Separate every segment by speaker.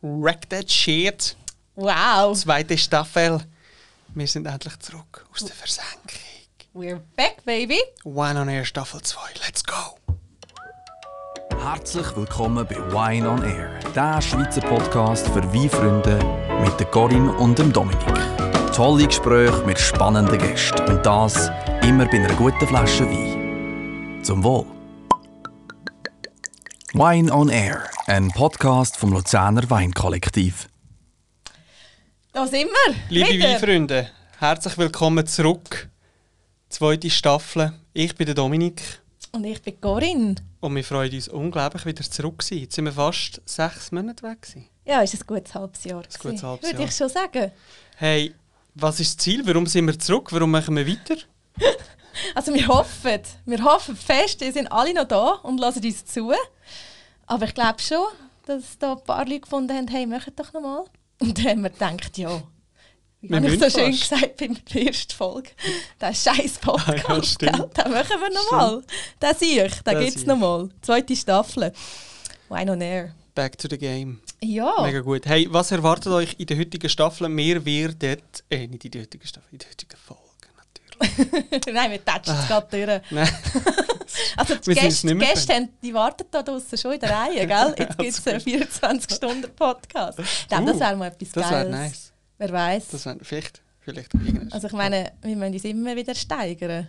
Speaker 1: Wreck That Shit,
Speaker 2: Wow,
Speaker 1: zweite Staffel. Wir sind endlich zurück aus der Versenkung.
Speaker 2: we're back, baby.
Speaker 1: One on Air Staffel 2, let's go!
Speaker 3: Herzlich willkommen bei Wine on Air, der Schweizer Podcast für Weinfreunde mit der Corinne und dem Dominik. Tolle Gespräche mit spannenden Gästen und das immer bei einer guten Flasche Wein. Zum Wohl. Wine on Air, ein Podcast vom Luzerner Weinkollektiv.
Speaker 2: Da sind wir.
Speaker 1: Liebe
Speaker 2: wieder.
Speaker 1: Weinfreunde, herzlich willkommen zurück. Zweite Staffel. Ich bin der Dominik
Speaker 2: Und ich bin Corinne.
Speaker 1: und wir freuen uns unglaublich, wieder zurück zu sein. Jetzt sind wir fast sechs Monate weg. Gewesen.
Speaker 2: Ja, ist ein gutes halbes Jahr. Ein
Speaker 1: gutes halbes
Speaker 2: Würde
Speaker 1: Jahr.
Speaker 2: ich schon sagen.
Speaker 1: Hey, was ist das Ziel? Warum sind wir zurück? Warum machen wir weiter?
Speaker 2: Also wir hoffen, wir hoffen fest, ihr sind alle noch da und lassen uns zu. Aber ich glaube schon, dass da ein paar Leute gefunden haben, hey, macht doch nochmal. Und dann haben wir gedacht, ja. Wie
Speaker 1: Wir
Speaker 2: habe ich so
Speaker 1: müssen
Speaker 2: schön
Speaker 1: fast.
Speaker 2: gesagt bei der ersten Folge? Der scheiß Podcast,
Speaker 1: Ah ja, stimmt.
Speaker 2: gell? den machen wir nochmal. Den sehe ich, den
Speaker 1: Den
Speaker 2: gibt es
Speaker 1: sehe ich.
Speaker 2: nochmal. Zweite Staffel. Wine on Air.
Speaker 1: Back to the game.
Speaker 2: Ja.
Speaker 1: Mega gut. Hey, was erwartet euch in der heutigen Staffel? Wir werden, äh, nicht in der heutigen Staffel, in der heutigen Folge natürlich.
Speaker 2: Nein, wir tätschen es gerade durch.
Speaker 1: Ah. Nein,
Speaker 2: Also die
Speaker 1: Wir sind es
Speaker 2: Gäste,
Speaker 1: nicht mehr
Speaker 2: Gäste haben, die warten da draußen schon in der Reihe, gell? Jetzt gibt es einen 24-Stunden-Podcast. Ich glaube, das
Speaker 1: Uh,
Speaker 2: wäre mal etwas
Speaker 1: das wäre
Speaker 2: Geiles.
Speaker 1: nice.
Speaker 2: Wer weiß.
Speaker 1: Das wäre vielleicht, vielleicht irgendwas.
Speaker 2: also ich meine, wir müssen uns immer wieder steigern.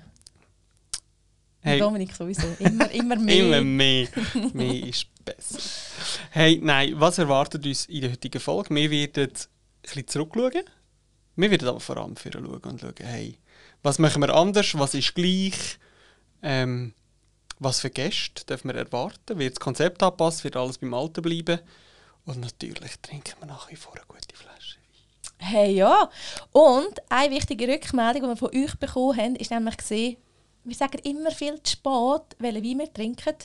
Speaker 1: Hey.
Speaker 2: Dominik sowieso. Immer, immer mehr.
Speaker 1: Immer mehr. mehr ist besser. Hey, nein, was erwartet uns in der heutigen Folge? Wir werden ein bisschen zurückschauen. Wir werden aber vor allem vorher schauen und schauen, hey, was machen wir anders, was ist gleich, ähm, was für Gäste dürfen wir erwarten, wird das Konzept angepasst, wird alles beim Alten bleiben und natürlich trinken wir nach wie vor eine gute Flasche.
Speaker 2: Hey ja. Und eine wichtige Rückmeldung, die wir von euch bekommen haben, ist nämlich gesehen, wir sagen immer viel zu spät, welchen Wein wir trinken.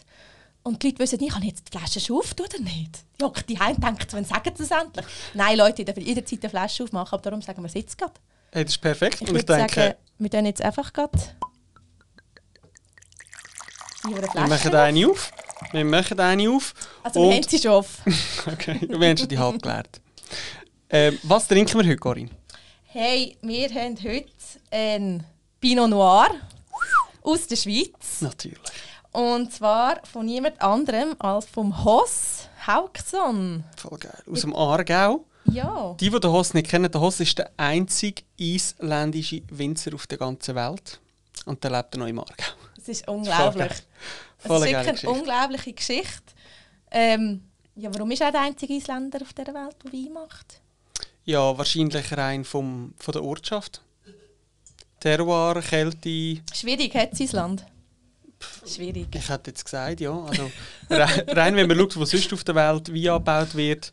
Speaker 2: Und die Leute wissen nicht, kann ich jetzt die Flasche schon auftun oder nicht? Ja, die Heim denkt, wenn sagen sie es endlich. Nein, Leute, ihr dürft jederzeit eine Flasche aufmachen, aber darum sagen wir es jetzt gerade.
Speaker 1: Hey, das ist perfekt
Speaker 2: Ich
Speaker 1: und ich
Speaker 2: würde
Speaker 1: denke,
Speaker 2: sagen, wir tun jetzt einfach gerade die ihre
Speaker 1: wir machen
Speaker 2: Flasche.
Speaker 1: eine auf. Wir machen eine auf.
Speaker 2: Also wir
Speaker 1: und-
Speaker 2: haben sie schon auf.
Speaker 1: Okay, wir haben schon die halb gelernt. Ähm, was trinken wir heute, Corinne?
Speaker 2: Hey, wir haben heute ein Pinot Noir aus der Schweiz.
Speaker 1: Natürlich.
Speaker 2: Und zwar von niemand anderem als vom Hoss Haugson.
Speaker 1: Voll geil. Aus dem Aargau.
Speaker 2: Ja.
Speaker 1: Die, die den Hoss nicht kennen, der Hoss ist der einzige isländische Winzer auf der ganzen Welt. Und der lebt noch im Aargau.
Speaker 2: Es ist unglaublich.
Speaker 1: Voll
Speaker 2: es
Speaker 1: geile
Speaker 2: ist wirklich
Speaker 1: Geschichte.
Speaker 2: eine unglaubliche Geschichte. Ähm, ja, warum ist er der einzige Isländer auf dieser Welt, der Wein macht?
Speaker 1: Ja, wahrscheinlich rein vom, von der Ortschaft. Terroir, Kälte.
Speaker 2: Schwierig, hat das Island. Schwierig.
Speaker 1: Ich hätte jetzt gesagt, ja. Also, rein, rein, wenn man schaut, wo sonst auf der Welt Wein angebaut wird,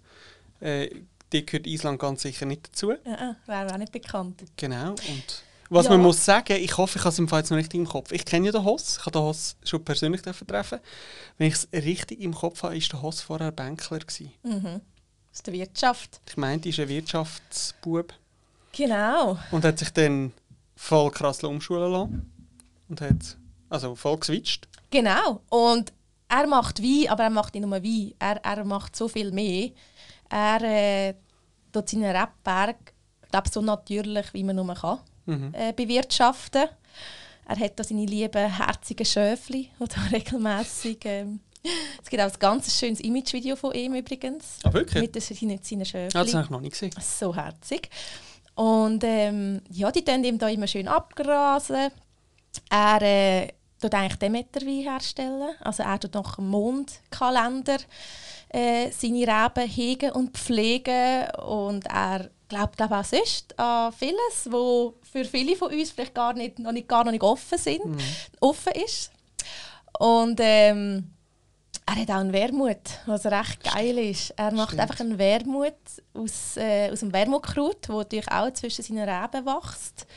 Speaker 1: äh, die gehört Island ganz sicher nicht dazu.
Speaker 2: Äh, äh, Wäre auch nicht bekannt.
Speaker 1: Genau. Und was
Speaker 2: Ja.
Speaker 1: man muss sagen, ich hoffe, ich habe es im Fall jetzt noch richtig im Kopf. Ich kenne ja den Hoss, ich habe den Hoss schon persönlich dürfen treffen. Wenn ich es richtig im Kopf habe, ist der Hoss vorher Bänkler gewesen.
Speaker 2: Aus der Wirtschaft.
Speaker 1: Ich meinte, er ist ein Wirtschaftsbub
Speaker 2: Genau.
Speaker 1: und hat sich dann voll krass umschulen lassen und hat also voll geswitcht.
Speaker 2: Genau. Und er macht Wein, aber er macht nicht nur Wein. Er, er macht so viel mehr. Er äh, tut seinen Rebberg glaub, so natürlich, wie man nur kann,
Speaker 1: Mhm.
Speaker 2: äh, bewirtschaften. Er hat da seine lieben, herzigen Schöfli, die da regelmässig... Ähm, es gibt auch ein ganz schönes Imagevideo von ihm übrigens.
Speaker 1: Ah, wirklich?
Speaker 2: Mit seinen, seinen Schöfli.
Speaker 1: Ah, das habe ich noch nicht gesehen.
Speaker 2: So herzig. Und ähm, ja, die tun ihm da immer schön abgrasen. Er äh, tut eigentlich Demeterwein herstellen. Also er tut nach dem Mondkalender äh, seine Reben hegen und pflegen. Und er glaubt glaub auch sonst an vieles, wo für viele von uns vielleicht gar nicht, noch nicht, gar noch nicht offen, sind, offen ist. Und ähm, er hat auch einen Wermut, was recht geil ist. Er macht
Speaker 1: Stimmt.
Speaker 2: einfach einen Wermut aus, äh, aus dem Wermutkraut, der natürlich auch zwischen seinen Reben wächst.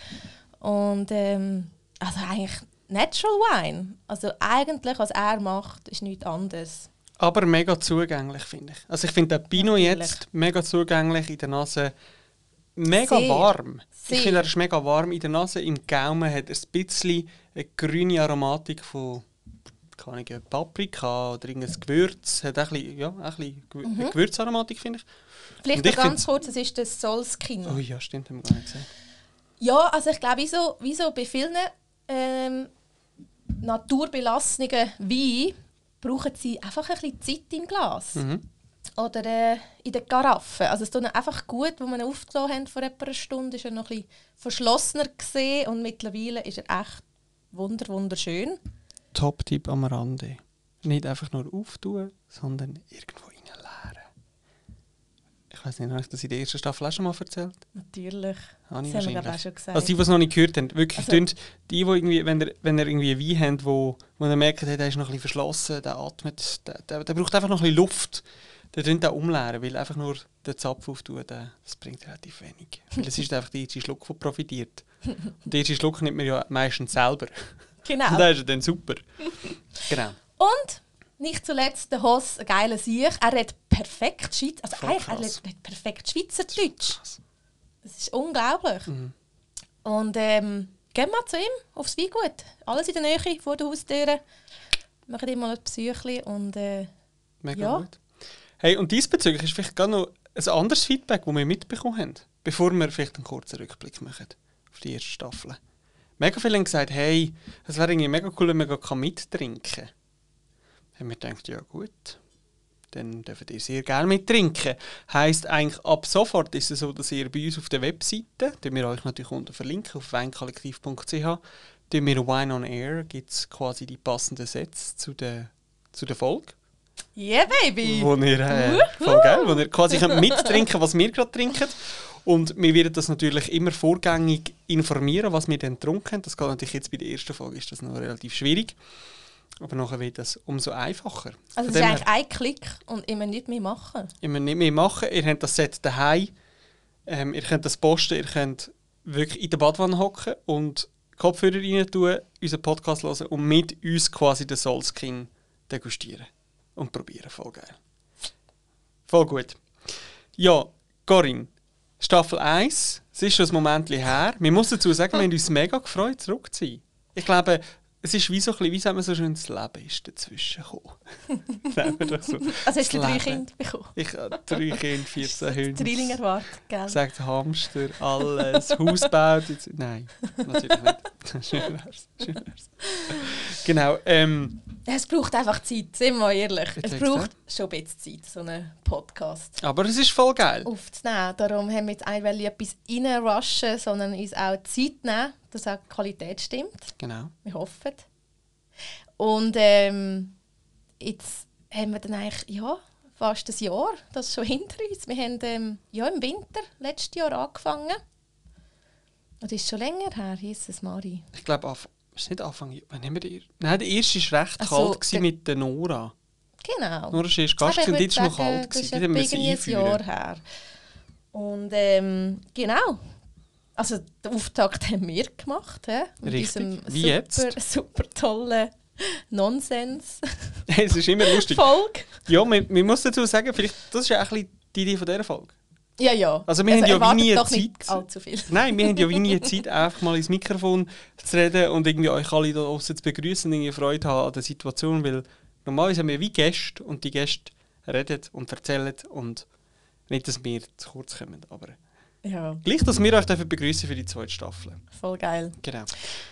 Speaker 2: Und ähm, also eigentlich Natural Wine. Also eigentlich, was er macht, ist nichts anderes.
Speaker 1: Aber mega zugänglich, finde ich. Also ich finde den Pino
Speaker 2: Natürlich.
Speaker 1: jetzt mega zugänglich in der Nase. Mega
Speaker 2: Sehr.
Speaker 1: warm.
Speaker 2: Sehr.
Speaker 1: Ich finde, er ist mega warm in der Nase. Im Gaumen hat er ein bisschen eine grüne Aromatik von keine Ahnung, Paprika oder irgendein Gewürz. Hat auch ein bisschen, ja, auch ein bisschen Gewür-
Speaker 2: Mhm.
Speaker 1: Gewürzaromatik, finde ich.
Speaker 2: Vielleicht
Speaker 1: Und ich
Speaker 2: noch ganz
Speaker 1: find's-
Speaker 2: kurz, das ist das Solskin.
Speaker 1: Oh ja, stimmt, haben wir gar nicht gesehen.
Speaker 2: Ja, also ich glaube, wie so, wie so bei vielen ähm, naturbelassenen Wein brauchen sie einfach ein bisschen Zeit im Glas.
Speaker 1: Mhm.
Speaker 2: Oder äh, in der Karaffe. Also es tut ihnen einfach gut, wo wir ihn aufgelassen haben vor etwa einer Stunde, ist er noch ein bisschen verschlossener gesehen und mittlerweile ist er echt wunder wunderschön.
Speaker 1: Top-Tipp am Rande. Nicht einfach nur auftun, sondern irgendwo reinleeren. Ich weiß nicht, habe ich das in der ersten Staffel auch schon mal erzählt?
Speaker 2: Natürlich.
Speaker 1: Habe ich
Speaker 2: das
Speaker 1: wahrscheinlich.
Speaker 2: haben wir gerade auch schon gesagt.
Speaker 1: Also die, die es noch nicht gehört haben, wirklich
Speaker 2: Also-
Speaker 1: tönt die, die irgendwie, wenn ihr, wenn ihr irgendwie einen Wein habt, wo, wo ihr merkt, hey, der ist noch ein bisschen verschlossen, der atmet, der, der, der braucht einfach noch ein bisschen Luft, der tönt auch umleeren, weil einfach nur den Zapf auftun, der, das bringt relativ wenig. Weil es ist einfach der erste Schluck, der profitiert. Und den ersten Schluck nimmt man ja meistens selber.
Speaker 2: genau.
Speaker 1: Und der ist ja dann super. Genau.
Speaker 2: Und nicht zuletzt der Hoss, ein geiler Sieg. Er redet perfekt Schweiz, also
Speaker 1: Voll
Speaker 2: eigentlich er
Speaker 1: krass.
Speaker 2: redet perfekt Schweizerdeutsch.
Speaker 1: krass. Mhm.
Speaker 2: Das ist unglaublich. Und ähm, gehen wir zu ihm aufs Weingut. Alles in der Nähe vor der Haustür. Machen ihm mal ein Psychli und äh,
Speaker 1: Mega
Speaker 2: Ja.
Speaker 1: gut. Hey, und diesbezüglich ist vielleicht gerade noch ein anderes Feedback, das wir mitbekommen haben, bevor wir vielleicht einen kurzen Rückblick machen auf die erste Staffel. Mega viele haben gesagt, hey, es wäre irgendwie mega cool, wenn man gerade mittrinken kann. Haben wir gedacht, ja gut, dann dürft ihr sehr gerne mittrinken. Heisst eigentlich, ab sofort ist es so, dass ihr bei uns auf der Webseite, die wir euch natürlich unten verlinken, auf weinkollektiv.ch, tun wir Wine on Air, gibt es quasi die passenden Sätze zu der, zu der Folge
Speaker 2: yeah, Baby!
Speaker 1: wo ihr, äh, voll geil, wo ihr quasi könnt mittrinken was wir gerade trinken. Und wir werden das natürlich immer vorgängig informieren, was wir dann getrunken haben. Das geht natürlich jetzt bei der ersten Folge, ist das noch relativ schwierig. Aber nachher wird das umso einfacher.
Speaker 2: Also,
Speaker 1: Von
Speaker 2: es ist
Speaker 1: dem
Speaker 2: eigentlich ein Klick und immer nicht mehr machen.
Speaker 1: immer nicht mehr machen. Ihr habt das Set daheim. Ähm, ihr könnt das posten, ihr könnt wirklich in der Badwanne hocken und Kopfhörer rein tun, unseren Podcast hören und mit uns quasi den Solskin degustieren und probieren. Voll geil. Voll gut. Ja, Corinne, Staffel 1, es ist schon ein Moment her. Wir müssen dazu sagen, wir haben uns mega gefreut, zurück zu sein. Ich glaube, es ist wie so ein bisschen, wie sagt man so schön, das Leben ist dazwischen gekommen. Sagen wir doch so.
Speaker 2: Also, hast du
Speaker 1: Das
Speaker 2: drei
Speaker 1: Leben.
Speaker 2: Kinder bekommen?
Speaker 1: Ich habe drei Kinder, 14 Hunde.
Speaker 2: Drilling erwartet, gell?
Speaker 1: Sagt Hamster, alles, Haus baut. Jetzt. Nein, natürlich nicht. Schön wär's. Schön wär's. Genau. Ähm,
Speaker 2: Es braucht einfach Zeit, sind wir mal ehrlich.
Speaker 1: Jetzt
Speaker 2: es
Speaker 1: sagst du
Speaker 2: braucht schon ein bisschen Zeit, so einen Podcast.
Speaker 1: aber es ist voll geil.
Speaker 2: Oh. aufzunehmen. Darum haben wir jetzt nicht wollen etwas reinrushen, sondern uns auch Zeit nehmen, dass auch die Qualität stimmt.
Speaker 1: Genau.
Speaker 2: Wir hoffen. Und ähm, jetzt haben wir dann eigentlich ja, fast ein Jahr, das ist schon hinter uns. Wir haben ähm, ja, im Winter letztes Jahr angefangen. Und Das ist schon länger her, hieß es Mari.
Speaker 1: Ich glaube, Anf- ist nicht Anfang. Wann haben wir den? Nein, der erste war recht
Speaker 2: Ach so,
Speaker 1: kalt gewesen
Speaker 2: der-
Speaker 1: mit der Nora.
Speaker 2: Genau.
Speaker 1: Nora war erst Gast
Speaker 2: Aber ich
Speaker 1: und jetzt war
Speaker 2: würde
Speaker 1: noch
Speaker 2: sagen,
Speaker 1: kalt.
Speaker 2: Das ist
Speaker 1: gewesen. Dort haben wir
Speaker 2: etwa
Speaker 1: sie
Speaker 2: irgendwie ein Jahr
Speaker 1: einführen.
Speaker 2: her. Und ähm, genau. Also den Auftakt haben wir gemacht. He? Mit
Speaker 1: Richtig.
Speaker 2: unserem
Speaker 1: Wie
Speaker 2: super,
Speaker 1: jetzt?
Speaker 2: super tollen Nonsens-Folge.
Speaker 1: es ist immer lustig. Ja, man, man muss dazu sagen, vielleicht, das ist ja auch ein bisschen die Idee von dieser Folge.
Speaker 2: Ja, ja.
Speaker 1: Also wir haben ja wie
Speaker 2: erwartet
Speaker 1: nie
Speaker 2: doch nicht
Speaker 1: Zeit.
Speaker 2: allzu viel.
Speaker 1: Nein, wir haben ja wie nie Zeit, einfach mal ins Mikrofon zu reden und irgendwie euch alle da draußen zu begrüßen und irgendwie Freude haben an der Situation, weil normalerweise haben wir wie Gäste und die Gäste reden und erzählen und nicht, dass wir zu kurz kommen, aber
Speaker 2: Ja,
Speaker 1: gleich, dass wir euch dürfen begrüßen für die zweite Staffel.
Speaker 2: voll geil.
Speaker 1: Genau.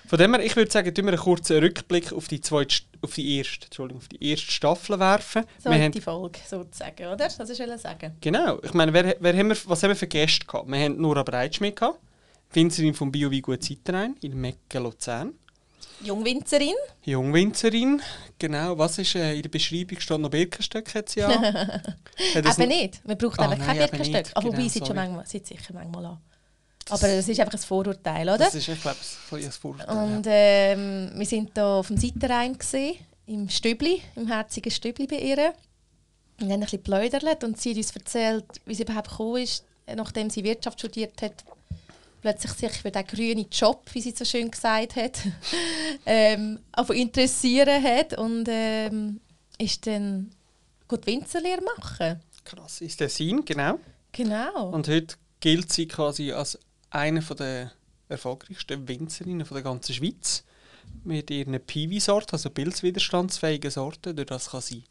Speaker 1: Von dem her, ich würde sagen, tun wir einen kurzen Rückblick auf die zweite, St- auf die erste, Entschuldigung, auf die erste Staffel werfen.
Speaker 2: So
Speaker 1: wir
Speaker 2: hat
Speaker 1: haben,
Speaker 2: die Folge sozusagen, oder? Das ist ich sagen.
Speaker 1: genau. Ich meine, wer, wer haben wir, was haben wir für Gäste gehabt? Wir haben Nora Breitschmidt gehabt, Winzerin vom Bio wie gut Zeitrein in Mecke Luzern.
Speaker 2: Jungwinzerin.
Speaker 1: Jungwinzerin, genau. Was ist äh, in der Beschreibung stand noch Birkenstöcke hat sie an. Hat das
Speaker 2: Eben
Speaker 1: noch-
Speaker 2: nicht. Man braucht
Speaker 1: Ah,
Speaker 2: eigentlich
Speaker 1: nein,
Speaker 2: kein
Speaker 1: eben
Speaker 2: Birkenstöck.
Speaker 1: nicht.
Speaker 2: Aber
Speaker 1: Genau,
Speaker 2: wobei, sieht schon
Speaker 1: sorry.
Speaker 2: manchmal, sieht sicher manchmal an. Aber es ist einfach ein Vorurteil, oder?
Speaker 1: Das ist, ich glaube, ein bisschen ein Vorurteil.
Speaker 2: Und ähm, wir sind hier auf dem Seitenrhein, gewesen, im Stübli, im herzigen Stübli bei ihr. Wir haben ein bisschen pläudert und sie hat uns erzählt, wie sie überhaupt gekommen ist, nachdem sie Wirtschaft studiert hat, plötzlich sich für den grünen Job, wie sie so schön gesagt hat, ähm, auch interessieren hat und ähm, ist dann gut Winzerlehre machen.
Speaker 1: ja. Krass, ist der Sinn, genau.
Speaker 2: Genau.
Speaker 1: Und heute gilt sie quasi als eine von der erfolgreichsten Winzerinnen von der ganzen Schweiz. mit ihren Piwi-Sorten, also pilzwiderstandsfähigen Sorten. Durch das kann sie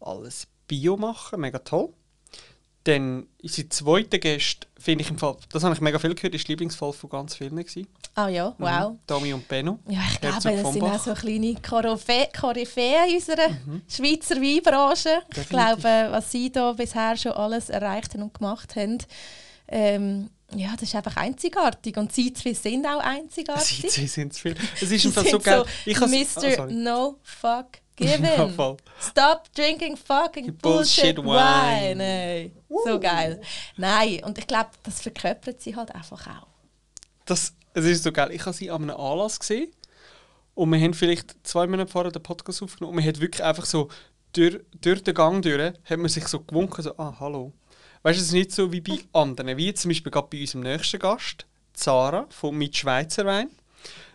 Speaker 1: alles bio machen, mega toll. Dann unsere zweite Gäste, finde ich im Fall, das habe ich mega viel gehört, ist die Lieblingsfall von ganz vielen. Gewesen.
Speaker 2: Ah ja, wow.
Speaker 1: Mhm. Tommy und Benno.
Speaker 2: Ja, ich glaube,
Speaker 1: Herzog
Speaker 2: das
Speaker 1: von
Speaker 2: sind
Speaker 1: Bach. Mhm.
Speaker 2: auch so kleine Koryphä- Koryphäen in unserer Schweizer Weinbranche. Ich
Speaker 1: Definitiv.
Speaker 2: glaube, äh, was sie da bisher schon alles erreicht haben und gemacht haben, ähm, ja, das ist einfach einzigartig. Und sie zwei sind auch einzigartig.
Speaker 1: Sie sind zu viel. Es ist
Speaker 2: Sie
Speaker 1: im Fall
Speaker 2: sind
Speaker 1: so geil.
Speaker 2: So,
Speaker 1: has- Ah,
Speaker 2: Mr.
Speaker 1: sorry.
Speaker 2: no fuck
Speaker 1: Ja,
Speaker 2: given.
Speaker 1: voll.
Speaker 2: Stop drinking fucking bullshit,
Speaker 1: Bullshit wine.
Speaker 2: wine. ey. So geil. Nein, und ich glaube, das verkörpert sie halt einfach auch.
Speaker 1: Das, es ist so geil. Ich habe sie an einem Anlass gesehen und wir haben vielleicht zwei Minuten vorher den Podcast aufgenommen und man hat wirklich einfach so durch, durch den Gang durch, hat man sich so gewunken, so, ah, hallo. Weißt du, es ist nicht so wie bei anderen, wie jetzt zum Beispiel gerade bei unserem nächsten Gast, Zara von Mit Schweizer Wein,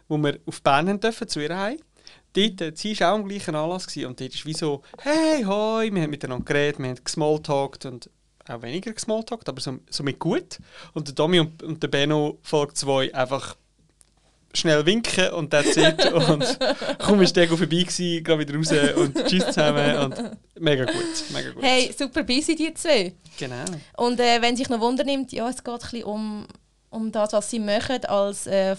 Speaker 1: wo wir auf Bern haben dürfen, zu ihr heim. Dort, äh, sie war auch am gleichen Anlass gewesen, und dort ist wie so, hey, hoi, wir haben miteinander geredet, wir haben gesmalltalkt und auch weniger gesmalltalkt, aber so, somit gut. Und der Domi und, und der Benno Folge 2 einfach schnell winken und that's it. und komm, ist der vorbei gewesen, geh wieder raus und tschüss zusammen und mega gut, mega gut.
Speaker 2: Hey, super busy die zwei.
Speaker 1: Genau.
Speaker 2: Und äh, wenn sich noch Wunder nimmt, ja, es geht ein bisschen um, um das, was sie machen als äh,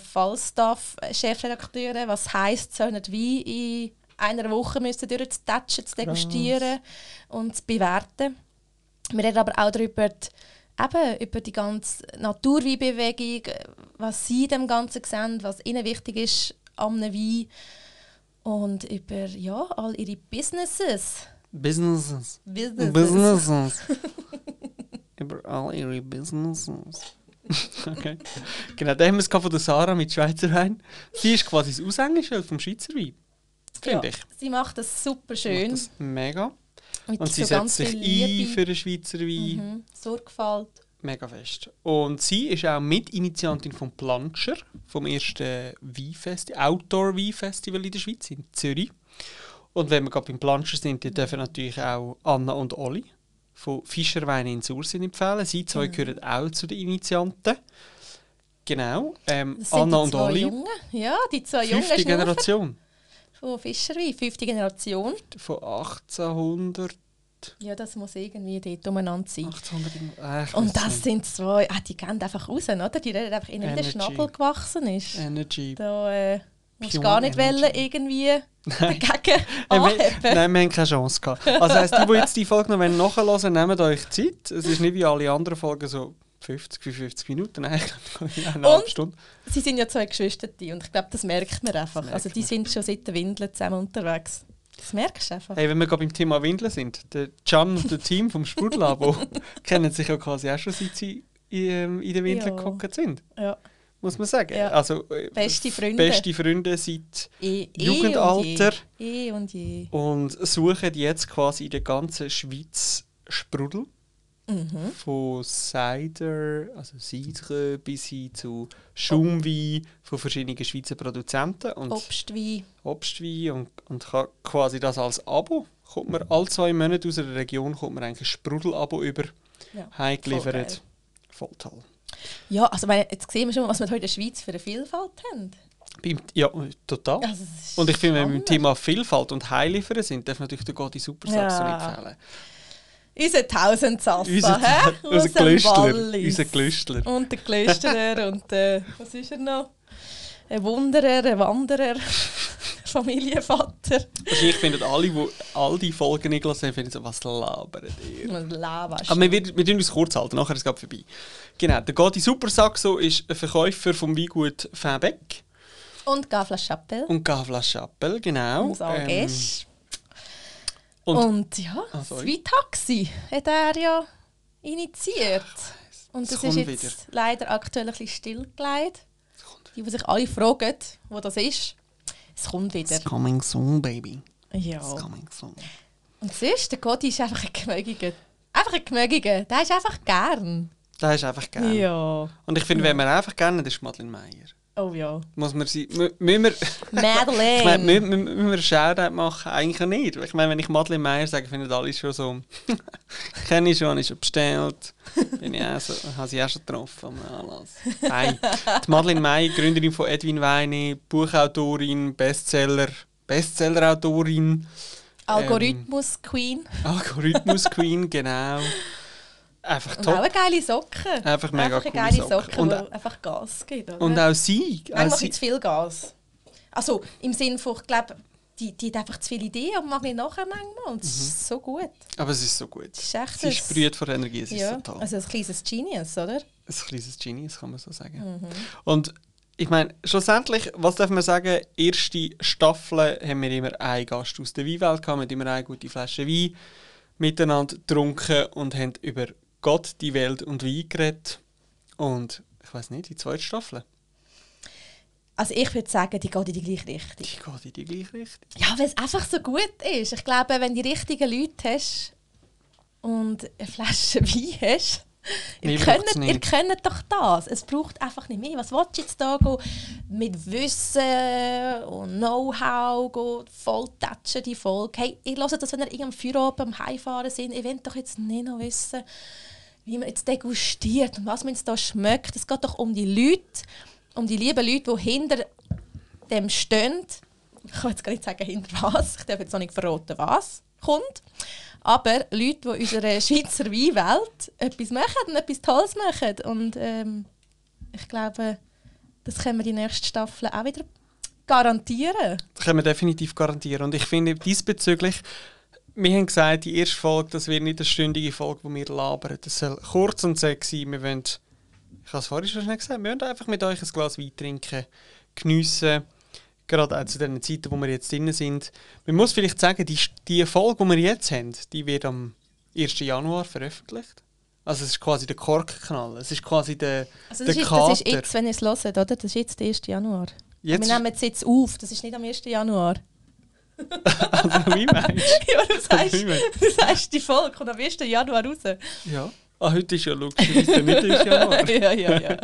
Speaker 2: Fallstaff-Chefredakteure. Was heisst, sie nicht wie in einer Woche müssen durchzutatschen, zu degustieren und zu bewerten. Wir reden aber auch darüber, die, eben, über die ganze Naturweinbewegung, äh, was sie in dem Ganzen sehen, was ihnen wichtig ist am Wein und über ja, all ihre Businesses.
Speaker 1: Businesses.
Speaker 2: Businesses.
Speaker 1: Businesses. Über all ihre Businesses. okay. Genau, da haben wir es gehabt von der Sarah mit Schweizer Wein. Sie ist quasi das Aushängeschild vom Schweizer Wein. Finde ich.
Speaker 2: Sie macht das super schön.
Speaker 1: Macht Das mega.
Speaker 2: Mit
Speaker 1: Und sie
Speaker 2: so
Speaker 1: setzt
Speaker 2: ganz
Speaker 1: sich
Speaker 2: viel
Speaker 1: ein
Speaker 2: Liebe,
Speaker 1: für den Schweizer Wein.
Speaker 2: mhm. Sorgfalt.
Speaker 1: Mega fest. Und sie ist auch Mitinitiantin vom Planscher, vom ersten Weinfesti Outdoor Weinfestival in der Schweiz, in Zürich. Und wenn wir gerade beim Planscher sind, dann dürfen natürlich auch Anna und Olli von Fischerwein in Sursin empfehlen. Sie
Speaker 2: Mhm.
Speaker 1: zwei gehören auch zu den Initianten. Genau. Ähm,
Speaker 2: Das sind
Speaker 1: Anna
Speaker 2: die
Speaker 1: und
Speaker 2: zwei
Speaker 1: Olli,
Speaker 2: Jungen. Ja, die zwei Jungen
Speaker 1: fünfte
Speaker 2: Schnurfer
Speaker 1: Generation
Speaker 2: von Fischerwein, fünfte Generation.
Speaker 1: von 1800.
Speaker 2: Ja, das muss irgendwie dort umeinander sein.
Speaker 1: 1800 irgend- äh, ich
Speaker 2: Und
Speaker 1: weiss
Speaker 2: das
Speaker 1: nicht.
Speaker 2: sind zwei, ah, die gehen einfach raus, oder? Die reden einfach, ihnen wie der
Speaker 1: Energy.
Speaker 2: Schnabel gewachsen ist.
Speaker 1: Energy.
Speaker 2: Da äh, musst du
Speaker 1: Pure
Speaker 2: gar nicht
Speaker 1: Energy.
Speaker 2: wollen, irgendwie dagegen
Speaker 1: Nein, wir,
Speaker 2: anheben.
Speaker 1: nein, wir haben keine Chance gehabt. Also heisst, die, die jetzt die Folge noch wollen nachhören wollen, nehmt euch Zeit. Es ist nicht wie alle anderen Folgen so 50, 55 Minuten, eigentlich eine halbe
Speaker 2: Und?
Speaker 1: Stunde.
Speaker 2: Sie sind ja zwei Geschwister und ich glaube, das merkt man einfach.
Speaker 1: merkt
Speaker 2: also die
Speaker 1: man.
Speaker 2: sind schon seit der Windel zusammen unterwegs. Das merkst du einfach.
Speaker 1: Hey, wenn wir gerade beim Thema Windeln sind, der Can und der Team vom Sprudellabo kennen sich ja quasi auch schon, seit sie ähm, in der Windel
Speaker 2: Ja.
Speaker 1: gehockt sind,
Speaker 2: Ja.
Speaker 1: muss man sagen.
Speaker 2: Ja.
Speaker 1: Also, äh,
Speaker 2: Beste
Speaker 1: f-
Speaker 2: Freunde.
Speaker 1: Beste Freunde seit
Speaker 2: Eh, eh
Speaker 1: Jugendalter.
Speaker 2: Und je. Eh und je.
Speaker 1: und suchen jetzt quasi in der ganzen Schweiz Sprudel.
Speaker 2: Mhm.
Speaker 1: von Cider, also Cidre, bis hin zu Schaumwein von verschiedenen Schweizer Produzenten und
Speaker 2: Obstwein.
Speaker 1: Obstwein und, und kann quasi das als Abo kommt man alle zwei Monate aus einer Region kommt man eigentlich ein Sprudel-Abo über
Speaker 2: Ja.
Speaker 1: heimgeliefert. Voll, toll.
Speaker 2: ja, also meine, jetzt sehen wir schon, was wir heute in der Schweiz für eine Vielfalt haben.
Speaker 1: Beim, ja, total.
Speaker 2: Also, es ist
Speaker 1: und ich finde, wenn wir beim
Speaker 2: Hammer.
Speaker 1: Thema Vielfalt und Heimliefern sind, darf natürlich der Gotti Supersachs
Speaker 2: Ja.
Speaker 1: nicht fehlen.
Speaker 2: Unser Tausendsasser,
Speaker 1: Unser-
Speaker 2: hä?
Speaker 1: unser
Speaker 2: Aus dem
Speaker 1: Glüstler,
Speaker 2: Wallis.
Speaker 1: unser Glüstler.
Speaker 2: Und der Glüsterer und äh, was ist er noch? Ein Wunderer, ein Wanderer, Familienvater.
Speaker 1: Wahrscheinlich finden alle, die all die Folgen nicht gelesen haben, finden so, was labert ihr?
Speaker 2: Und Lava.
Speaker 1: Aber wir, wir, wir tun uns kurz halten, nachher ist es gerade vorbei. Genau, der Gotti Supersaxo ist ein Verkäufer vom Weingut Fäbeck
Speaker 2: Und Gavla Chapelle.
Speaker 1: und Gavla Chapel, genau.
Speaker 2: Und Sargesch.
Speaker 1: und-
Speaker 2: und, ja,
Speaker 1: Ah,
Speaker 2: das
Speaker 1: sorry.
Speaker 2: Weintaxi hat er ja initiiert. Und
Speaker 1: Es
Speaker 2: das ist
Speaker 1: kommt
Speaker 2: jetzt
Speaker 1: wieder.
Speaker 2: leider aktuell ein bisschen stillgelegt.
Speaker 1: Es kommt
Speaker 2: Die, die sich alle fragen, wo das ist, es kommt wieder.
Speaker 1: It's coming soon, baby.
Speaker 2: Ja.
Speaker 1: It's coming soon.
Speaker 2: Und sonst, der Gotti ist einfach ein Gemögiger. Einfach ein Gemögiger. Der ist einfach gern.
Speaker 1: Das ist einfach geil.
Speaker 2: Ja.
Speaker 1: Und ich finde, wenn man einfach gerne, das ist Madeleine Meyer.
Speaker 2: Oh ja.
Speaker 1: Muss man sie, mü- müssen wir,
Speaker 2: Madeleine.
Speaker 1: ich meine, mü- mü- müssen wir einen Shoutout machen? Eigentlich ja nicht. Ich meine, wenn ich Madeleine Meyer sage, finden alle schon so, kenne ich schon, habe ich schon bestellt, bin ich auch so, habe sie auch schon getroffen am Anlass. Nein, die Madeleine Meyer, Gründerin von Edwin Weine, Buchautorin, Bestseller, Bestsellerautorin, ähm,
Speaker 2: Algorithmus Queen.
Speaker 1: Algorithmus Queen, genau. Einfach
Speaker 2: Und auch
Speaker 1: top.
Speaker 2: eine geile Socke.
Speaker 1: Einfach mega
Speaker 2: einfach eine
Speaker 1: coole
Speaker 2: geile
Speaker 1: Socke.
Speaker 2: Socke,
Speaker 1: Und-
Speaker 2: die einfach Gas gibt. Oder?
Speaker 1: Und auch sie, auch
Speaker 2: Manchmal
Speaker 1: Also sie
Speaker 2: zu viel Gas. Also im Sinne von, ich glaube, die, die hat einfach zu viele Ideen und mag nicht nachher manchmal. Und
Speaker 1: Mhm.
Speaker 2: es ist so gut.
Speaker 1: aber es ist so gut.
Speaker 2: Es ist echt
Speaker 1: Sie
Speaker 2: ein-
Speaker 1: sprüht vor Energie, es
Speaker 2: ja,
Speaker 1: ist total.
Speaker 2: also ein kleines Genius, oder?
Speaker 1: ein kleines Genius, kann man so sagen. Und ich meine, schlussendlich, was darf man sagen? Erste Staffel haben wir immer einen Gast aus der Weinwelt gehabt, wir haben immer eine gute Flasche Wein miteinander getrunken und haben über Gott, die Welt und Wein geredet. Und ich weiß nicht, die zweite Staffel,
Speaker 2: Also ich würde sagen, die geht in die gleiche Richtung.
Speaker 1: die geht in die gleiche Richtung.
Speaker 2: Ja, weil es einfach so gut ist. Ich glaube, wenn du die richtigen Leute hast und eine Flasche Wein hast,
Speaker 1: Mehr
Speaker 2: ihr
Speaker 1: braucht's
Speaker 2: könnt,
Speaker 1: nicht.
Speaker 2: ihr könnt doch das. Es braucht einfach nicht mehr. Was willst du jetzt da go mit Wissen und Know-how go voll tatschen, die Folge? Hey, ich höre das, wenn ihr irgendwo am Feierabend am Heimfahren sind. Ich will doch jetzt nicht noch wissen, wie man jetzt degustiert und was man jetzt da schmeckt. Es geht doch um die Leute, um die lieben Leute, die hinter dem stehen. Ich kann jetzt gar nicht sagen, hinter was. Ich darf jetzt noch nicht verraten, was kommt. Aber Leute, die unserer Schweizer Weinwelt etwas machen und etwas Tolles machen. Und ähm, ich glaube, das können wir die nächste Staffel auch wieder garantieren.
Speaker 1: Das können wir definitiv garantieren. Und ich finde diesbezüglich, wir haben gesagt, die erste Folge, das wird nicht eine stündige Folge, wo wir labern. Das soll kurz und sexy. Wir wollen, ich habe es vorhin schon schnell gesagt, wir wollen einfach mit euch ein Glas Wein trinken, geniessen. Gerade auch zu den Zeiten, wo wir jetzt drin sind. Man muss vielleicht sagen, die, die Folge, die wir jetzt haben, die wird am 1. Januar veröffentlicht. Also es ist quasi der Korkknall. Es ist quasi der,
Speaker 2: Also
Speaker 1: der
Speaker 2: das, ist,
Speaker 1: Kater.
Speaker 2: das ist jetzt, wenn ihr es hört, oder? Das ist jetzt der 1. Januar.
Speaker 1: Jetzt-
Speaker 2: Wir nehmen es jetzt auf, das ist nicht am 1. Januar.
Speaker 1: also, wie meinst
Speaker 2: ja, das heißt,
Speaker 1: Wie meinst
Speaker 2: das heißt, die Folge kommt am 1. Januar raus.
Speaker 1: du? Ja. Ah, heute ist ja logischerweise der Mitte ist Januar.
Speaker 2: ja, ja, ja.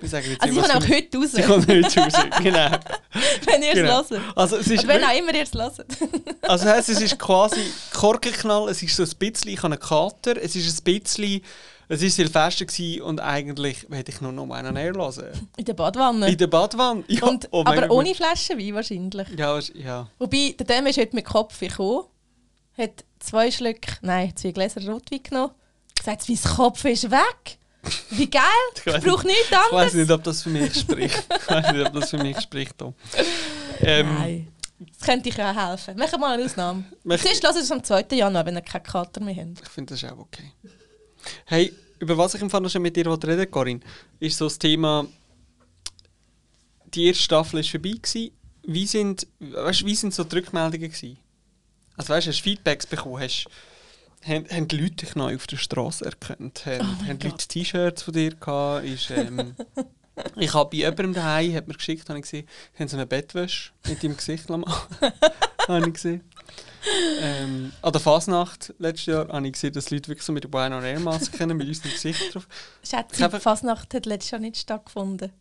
Speaker 1: Wir sagen jetzt
Speaker 2: Also sie
Speaker 1: immer,
Speaker 2: kommt auch
Speaker 1: was wir-
Speaker 2: heute raus,
Speaker 1: Sie kommt heute raus, genau.
Speaker 2: wenn ihr es
Speaker 1: genau.
Speaker 2: hört.
Speaker 1: Also, es ist,
Speaker 2: Oder wenn auch
Speaker 1: wirklich-
Speaker 2: immer ihr es hört.
Speaker 1: also heisst, es ist quasi Korkenknall, es ist so ein bisschen, ich habe einen Kater, es ist ein bisschen, es war Silvester gewesen und eigentlich hätte ich nur noch einen Air hören.
Speaker 2: In der Badwanne.
Speaker 1: In der Badwanne. Ja,
Speaker 2: Und,
Speaker 1: oh mein
Speaker 2: aber
Speaker 1: Gott.
Speaker 2: ohne Flasche Wein wahrscheinlich.
Speaker 1: Ja, es- ja.
Speaker 2: Wobei, der Dämme ist heute mit Kopf gekommen, hat zwei Schlücke, nein, zwei Gläser Rotwein genommen, gesagt, sein Kopf ist weg. Wie geil, ich
Speaker 1: weiss
Speaker 2: brauche nichts
Speaker 1: Ich weiß
Speaker 2: anderes.
Speaker 1: nicht, ob das für mich spricht. Ich weiß nicht, ob das für mich spricht, Tom. Ähm,
Speaker 2: Nein, das könnte ich auch helfen. Machen wir mal eine Ausnahme.
Speaker 1: Mach-
Speaker 2: Sonst lassen wir es am 2. Januar, wenn ihr keinen Kater mehr habt.
Speaker 1: ich finde das ist auch okay. Hey, über was ich im Fall noch schon mit dir reden wollte, Corinne, ist so das Thema, die erste Staffel war vorbei. Gewesen. Wie sind, weißt, wie sind so die Rückmeldungen? Gewesen? Also weißt, hast du Feedbacks bekommen? Hast, haben, haben die Leute dich neu auf der Straße erkannt? Haben,
Speaker 2: Oh mein
Speaker 1: haben die
Speaker 2: Gott.
Speaker 1: Leute T-Shirts von dir gehabt? Ist, ähm, ich habe bei jemandem daheim, hat mir geschickt, habe ich gesehen, haben so eine Bettwäsche mit deinem Gesicht gemacht. habe ich gesehen. Ähm, an der Fasnacht letztes Jahr habe ich gesehen, dass Leute wirklich so mit der Bueno Air Maske kennen, mit unserem Gesicht drauf.
Speaker 2: Schätze,
Speaker 1: Einfach-
Speaker 2: die Fasnacht hat letztes Jahr nicht stattgefunden.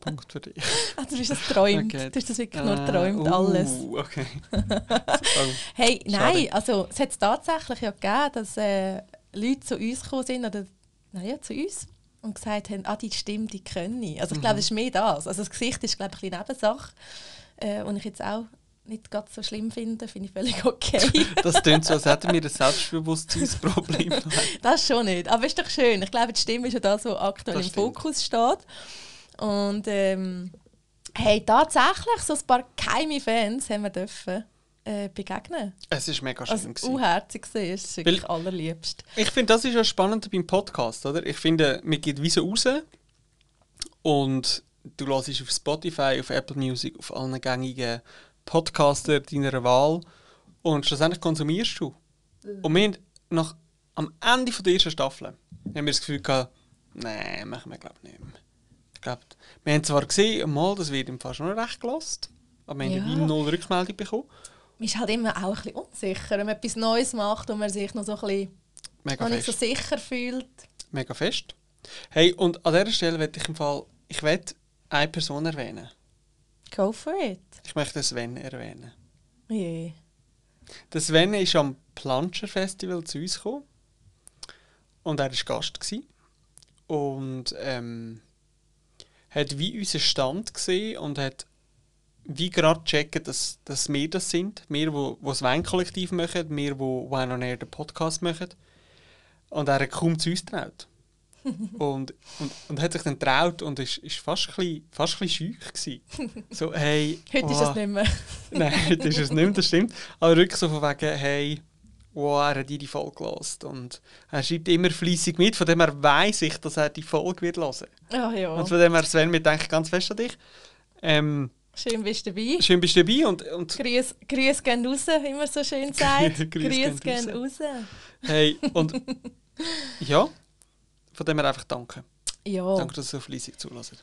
Speaker 1: Punkt für dich.
Speaker 2: Also, du hast das geträumt.
Speaker 1: Okay.
Speaker 2: Du hast das wirklich nur
Speaker 1: Ah,
Speaker 2: geträumt,
Speaker 1: uh,
Speaker 2: alles.
Speaker 1: Okay. So,
Speaker 2: Hey, nein,
Speaker 1: Schade.
Speaker 2: also es hat es tatsächlich ja gegeben, dass äh, Leute zu uns gekommen sind oder naja, zu uns und gesagt haben, ah, die Stimme, die können ich. Also ich
Speaker 1: Mhm.
Speaker 2: glaube, es ist mehr das. Also das Gesicht ist, glaube ich, eine kleine Nebensache. Äh, und ich jetzt auch nicht ganz so schlimm finde, finde ich völlig okay.
Speaker 1: das klingt so, als hätten wir ein Selbstbewusstseinsproblem.
Speaker 2: das schon nicht. Aber ist doch schön. Ich glaube, die Stimme ist ja das, was aktuell
Speaker 1: Das
Speaker 2: im
Speaker 1: stimmt.
Speaker 2: Fokus steht. Und ähm, hey, tatsächlich, so ein paar geheime Fans haben wir dürfen äh, begegnen.
Speaker 1: es ist mega schön.
Speaker 2: Also
Speaker 1: gewesen.
Speaker 2: unherzig war es, ist wirklich allerliebst.
Speaker 1: Ich finde, das ist ja spannend beim Podcast, oder? Ich finde, man geht wie so raus und du hörst auf Spotify, auf Apple Music, auf allen gängigen Podcaster deiner Wahl und schlussendlich konsumierst du. Und wir haben nach, am Ende von der ersten Staffel haben wir das Gefühl gehabt, nein, machen wir glaube ich nicht mehr. Ich glaub, wir haben zwar gesehen, mal, das wird im Fall schon noch recht gelost, aber wir haben
Speaker 2: Ja.
Speaker 1: wie null Rückmeldung bekommen.
Speaker 2: Man ist halt immer auch ein bisschen unsicher, wenn man etwas Neues macht und man sich noch so ein bisschen
Speaker 1: Mega
Speaker 2: noch nicht so
Speaker 1: fest.
Speaker 2: sicher fühlt.
Speaker 1: Mega fest. Hey, und an dieser Stelle werde ich im Fall Ich werde eine Person erwähnen.
Speaker 2: Go for it.
Speaker 1: Ich möchte Sven erwähnen.
Speaker 2: Yeah.
Speaker 1: Der Sven ist am Planscher Festival zu uns gekommen. Und er war Gast. Gewesen. Und ähm, hat wie unseren Stand gesehen und hat wie gerade gecheckt, dass, dass wir das sind. Wir, wo, wo das Weinkollektiv machen, wir, wo Wine on Air den Podcast machen. Und er hat kaum zu uns getraut. und, und, und hat sich dann getraut und ist, ist fast ein bisschen, fast ein bisschen schüch gewesen. So, hey,
Speaker 2: Heute ist
Speaker 1: oh.
Speaker 2: es nicht mehr.
Speaker 1: Nein, das ist es nicht, mehr, das stimmt. Aber wirklich so von wegen, hey, wow, er hat jede Folge gelost. Und er schreibt immer fleissig mit, von dem her weiss ich, dass er die Folge wird hören.
Speaker 2: Ach Ah, ja.
Speaker 1: Und von dem her, Sven, wir denken ganz fest an dich. Ähm,
Speaker 2: Schön bist du dabei.
Speaker 1: schön bist du dabei und, und
Speaker 2: Grüß, Grüß gehen raus, immer so schön sagt.
Speaker 1: Grüß
Speaker 2: Grüß
Speaker 1: gehen
Speaker 2: gehen raus.
Speaker 1: hey, und ja, von dem her einfach danke.
Speaker 2: Ja.
Speaker 1: Danke, dass du so fleissig zulässt.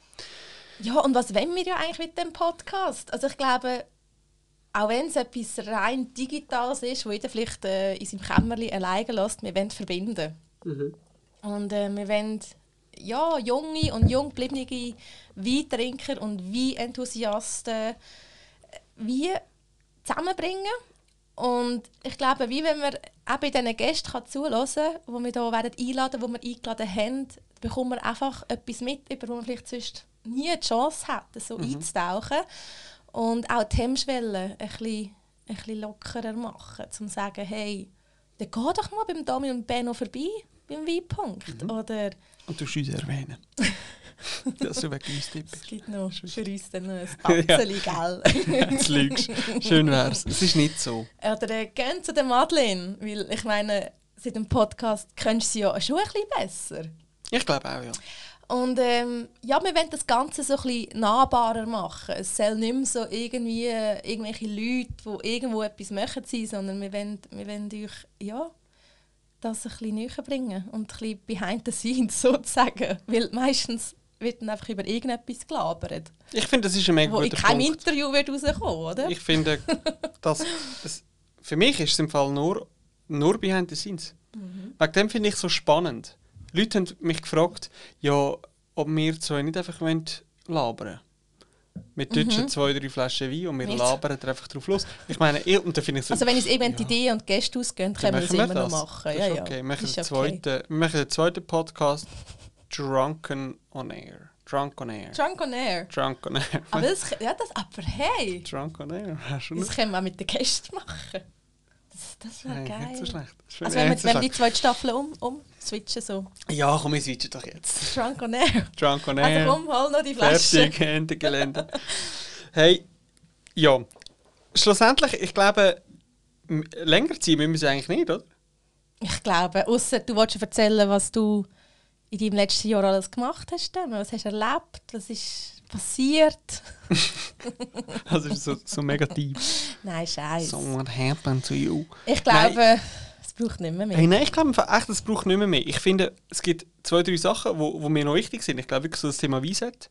Speaker 2: ja, und was wollen wir ja eigentlich mit dem Podcast? Also ich glaube, auch wenn es etwas rein Digitales ist, wo jeder vielleicht äh, in seinem Kämmerchen alleine lässt, wir wollen verbinden. Und äh, wir wollen ja, junge und jung gebliebene Weintrinker und Weinenthusiasten äh, wie zusammenbringen. Und ich glaube, wie wenn man auch bei diesen Gästen kann zuhören kann, die wir hier werden einladen werden, die wir eingeladen haben, bekommt man einfach etwas mit, über das man vielleicht sonst nie die Chance hat, so einzutauchen. Und auch die Hemmschwelle ein bisschen, ein bisschen lockerer machen, um zu sagen, hey, dann geh doch mal beim Domi und Benno vorbei, beim Weinpunkt. Oder
Speaker 1: Und du musst uns erwähnen. dass du wegen uns Tipp
Speaker 2: es
Speaker 1: bist.
Speaker 2: gibt noch für uns dann noch ein
Speaker 1: Ja.
Speaker 2: Batzeli, gell?
Speaker 1: Jetzt lügst Schön wär's. Es ist nicht so.
Speaker 2: Oder äh, gehen zu der Madeleine, weil ich meine, seit dem Podcast kennst du sie ja schon ein bisschen besser.
Speaker 1: Ich glaube auch, ja.
Speaker 2: Und ähm, ja, wir wollen das Ganze so ein bisschen nahbarer machen. Es soll nicht mehr so irgendwie äh, irgendwelche Leute, die irgendwo etwas machen sein, sondern wir wollen, wir wollen euch ja, das ein bisschen näher bringen und ein bisschen behind the scenes sozusagen. Weil meistens wird dann einfach über irgendetwas gelabert,
Speaker 1: Ich finde, das ist ein mega
Speaker 2: wo in
Speaker 1: guter
Speaker 2: keinem
Speaker 1: Punkt.
Speaker 2: Interview wird rauskommen oder?
Speaker 1: Ich finde, dass es, für mich ist es im Fall nur, nur behind the scenes.
Speaker 2: Mhm.
Speaker 1: Wegen dem finde ich es so spannend. Leute haben mich gefragt, ja, ob wir zwei nicht einfach wollen labern
Speaker 2: Mhm.
Speaker 1: Wir deutschen zwei, drei Flaschen Wein und wir
Speaker 2: Nicht.
Speaker 1: labern da einfach drauf los. Ich meine, ich, und da finde ich so,
Speaker 2: also wenn uns irgendwann die
Speaker 1: ja,
Speaker 2: Ideen und Gäste ausgehen,
Speaker 1: dann
Speaker 2: können wir das immer noch machen.
Speaker 1: Das
Speaker 2: ja,
Speaker 1: ist
Speaker 2: ja.
Speaker 1: okay. Wir machen,
Speaker 2: Ist
Speaker 1: den
Speaker 2: okay.
Speaker 1: zweiten, wir machen den zweiten Podcast Drunken on Air. Drunk on Air.
Speaker 2: Drunk on Air.
Speaker 1: Drunk on Air.
Speaker 2: Aber, das, ja, das, aber hey,
Speaker 1: Drunk on Air. Hast du
Speaker 2: das
Speaker 1: nicht?
Speaker 2: können wir auch mit den Gästen machen. Das, das wäre
Speaker 1: Nein,
Speaker 2: geil.
Speaker 1: nicht so schlecht. Das ist
Speaker 2: Also
Speaker 1: nicht
Speaker 2: wenn wir,
Speaker 1: so
Speaker 2: wenn wir die
Speaker 1: schlecht.
Speaker 2: zweite Staffel um, um switchen, so
Speaker 1: Ja, komm, wir switchen doch jetzt.
Speaker 2: Drunk on Air.
Speaker 1: Drunk on Air.
Speaker 2: Also komm, hol noch die Flasche.
Speaker 1: fertig, Ende Gelände. hey, ja. Schlussendlich, ich glaube, m- länger ziehen müssen wir es eigentlich nicht, oder?
Speaker 2: Ich glaube, außer du wolltest erzählen, was du in deinem letzten Jahr alles gemacht hast. Demi. Was hast du erlebt? Was ist passiert?
Speaker 1: Also, Das ist so, so mega deep.
Speaker 2: Nein, Scheiß.
Speaker 1: So what happened to you?
Speaker 2: Ich
Speaker 1: Nein.
Speaker 2: glaube, es braucht nicht mehr.
Speaker 1: Hey, nein, ich glaube im Fall echt, das braucht nicht mehr mehr. Ich finde, es gibt zwei, drei Sachen, wo, wo mir noch wichtig sind. Ich glaube wirklich so das Thema Weinset,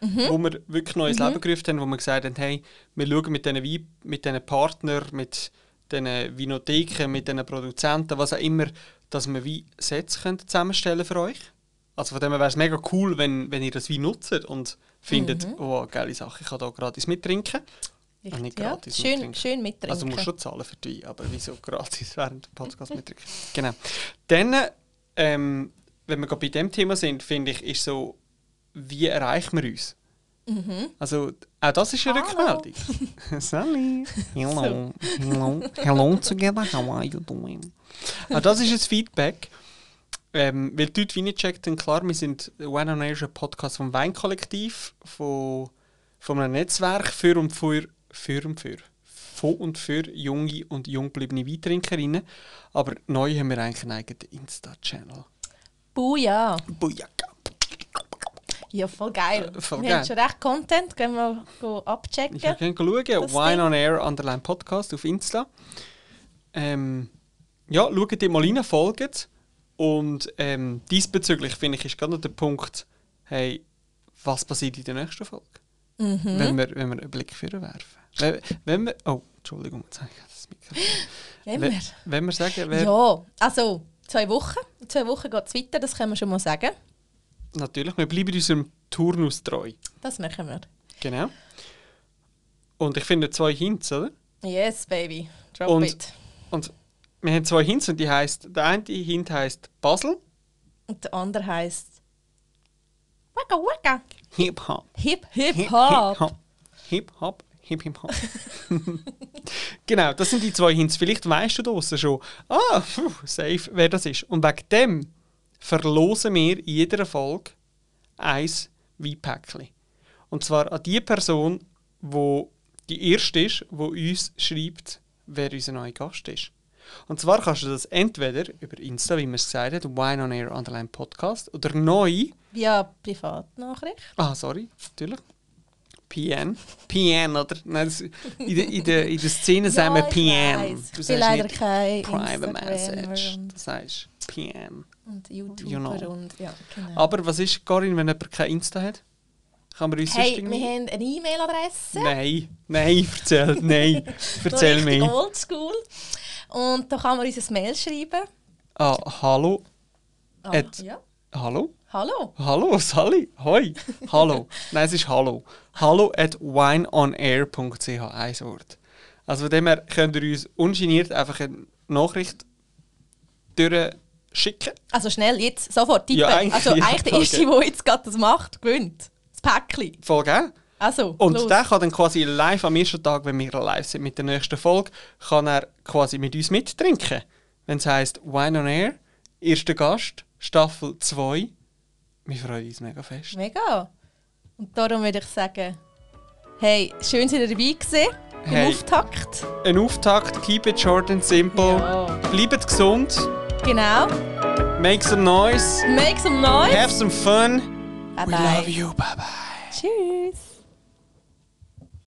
Speaker 2: Mhm.
Speaker 1: wo wir wirklich neu ins Leben gerufen haben, wo wir gesagt haben, hey, wir schauen mit diesen Wein, mit diesen Partnern, mit diesen Winotheken, mit diesen Produzenten, was auch immer, dass wir Weinsets können zusammenstellen für euch. Also von dem her wäre es mega cool, wenn, wenn ihr das Wein nutzt und findet,
Speaker 2: Mhm.
Speaker 1: oh, geile Sache, ich kann da gratis mittrinken.
Speaker 2: Richtig,
Speaker 1: nicht
Speaker 2: ja.
Speaker 1: gratis
Speaker 2: Schön,
Speaker 1: mittrinken.
Speaker 2: schön mittrinken.
Speaker 1: Also du musst schon zahlen für die, aber wieso gratis während dem Podcast mittrinken? Genau. Dann, ähm, wenn wir gerade bei dem Thema sind, finde ich, ist so, wie erreichen wir uns? Also auch das ist eine
Speaker 2: Hallo.
Speaker 1: Rückmeldung. Sally. Hello. Hello. Hello together. How are you doing? Auch Ah, das ist ein Feedback. Ähm, weil die Leute wie nicht checkt, dann klar, wir sind One on Air ist ein Podcast vom Weinkollektiv, von, von einem Netzwerk für und für, für und für. Von und für junge und jung gebliebene Weintrinkerinnen. Aber neu haben wir eigentlich einen eigenen Insta-Channel.
Speaker 2: Buja.
Speaker 1: Bujaka.
Speaker 2: Ja, voll geil.
Speaker 1: Äh, voll
Speaker 2: wir
Speaker 1: geil.
Speaker 2: haben schon recht Content, gehen wir go abchecken.
Speaker 1: Ich kann gerne schauen.
Speaker 2: Das
Speaker 1: Wine
Speaker 2: Ding.
Speaker 1: on Air Underline Podcast auf Insta. Ähm, ja, schaut ihr mal rein, folgt. Und ähm, diesbezüglich finde ich, ist gerade noch der Punkt, hey, was passiert in der nächsten Folge?
Speaker 2: Mhm.
Speaker 1: Wenn, wir, wenn wir einen Blick führen werfen. Wenn, wenn wir. Oh, Entschuldigung, jetzt habe ich das Mikrofon.
Speaker 2: Nehmen
Speaker 1: wenn,
Speaker 2: wir.
Speaker 1: wenn wir sagen, wer,
Speaker 2: Ja, also zwei Wochen. In zwei Wochen geht es weiter, das können wir schon mal sagen.
Speaker 1: natürlich, wir bleiben in unserem turnustreu.
Speaker 2: Das machen wir.
Speaker 1: Genau. Und ich finde zwei Hints, oder?
Speaker 2: Yes, baby. Drop
Speaker 1: Und-
Speaker 2: it.
Speaker 1: Und wir haben zwei Hints und die heißt, der eine Hint heißt Basel
Speaker 2: Und der andere heisst Waka Waka.
Speaker 1: Hip Hop.
Speaker 2: Hip
Speaker 1: Hip
Speaker 2: Hip Hop.
Speaker 1: Hop. Hip Hop. Hip Hip Hop. genau, das sind die zwei Hints. Vielleicht weißt du draussen schon, ah, puh, safe, wer das ist. Und wegen dem verlosen wir in jeder Folge ein Weinpäckchen. Und zwar an die Person, wo die erste ist, wo uns schreibt, wer unser neuer Gast ist. Und zwar kannst du das entweder über Insta, wie man es gesagt hat, Wine on Air Underline Podcast, oder neu
Speaker 2: Via Privatnachricht.
Speaker 1: Ah, sorry, natürlich. PN. PN, oder? Nein, das, in, der, in, der, in der Szene sagen wir
Speaker 2: ich
Speaker 1: PN.
Speaker 2: weiss.
Speaker 1: Du
Speaker 2: Ich bin
Speaker 1: sagst
Speaker 2: leider
Speaker 1: nicht
Speaker 2: kein
Speaker 1: Private
Speaker 2: Instagrammer
Speaker 1: Message.
Speaker 2: und-
Speaker 1: Du sagst PN.
Speaker 2: Und YouTuber
Speaker 1: know. Ah,
Speaker 2: und ja, genau.
Speaker 1: Aber was ist, Corinne, wenn jemand kein Insta hat? Kann man uns
Speaker 2: hey,
Speaker 1: sonst
Speaker 2: wir
Speaker 1: irgendwie-
Speaker 2: haben eine E-Mail-Adresse.
Speaker 1: Nein, nein, erzähl, nein, erzähl
Speaker 2: So richtig
Speaker 1: mir.
Speaker 2: oldschool. Und da kann man uns ein Mail schreiben.
Speaker 1: Ah, hallo,
Speaker 2: Ah,
Speaker 1: Et-
Speaker 2: ja.
Speaker 1: hallo,
Speaker 2: Hallo.
Speaker 1: hallo, Sally, hoi, hallo. nein, es ist hallo. Hallo at wineonair.ch, ein Wort. Also von dem her könnt ihr uns ungeniert einfach eine Nachricht durchschicken.
Speaker 2: Also schnell, jetzt, sofort tippen.
Speaker 1: Ja, eigentlich,
Speaker 2: also
Speaker 1: ja,
Speaker 2: eigentlich der Erste, der jetzt gerade das macht, gewinnt. Das Päckchen.
Speaker 1: Voll gell?
Speaker 2: Also,
Speaker 1: Und
Speaker 2: los.
Speaker 1: der kann dann quasi live am ersten Tag, wenn wir live sind mit der nächsten Folge, kann er quasi mit uns mittrinken. Wenn es heisst Wine on Air, erster Gast, Staffel 2. Wir freuen uns mega fest.
Speaker 2: Mega. Und darum würde ich sagen, hey, schön, dass ihr dabei gewesen im
Speaker 1: Hey.
Speaker 2: Auftakt.
Speaker 1: Ein Auftakt, keep it short and simple.
Speaker 2: Ja.
Speaker 1: Bleibt gesund,
Speaker 2: Genau.
Speaker 1: make some noise,
Speaker 2: Make some noise.
Speaker 1: have some fun.
Speaker 2: um Bye
Speaker 1: We
Speaker 2: bye.
Speaker 1: love you, bye bye.
Speaker 2: Tschüss.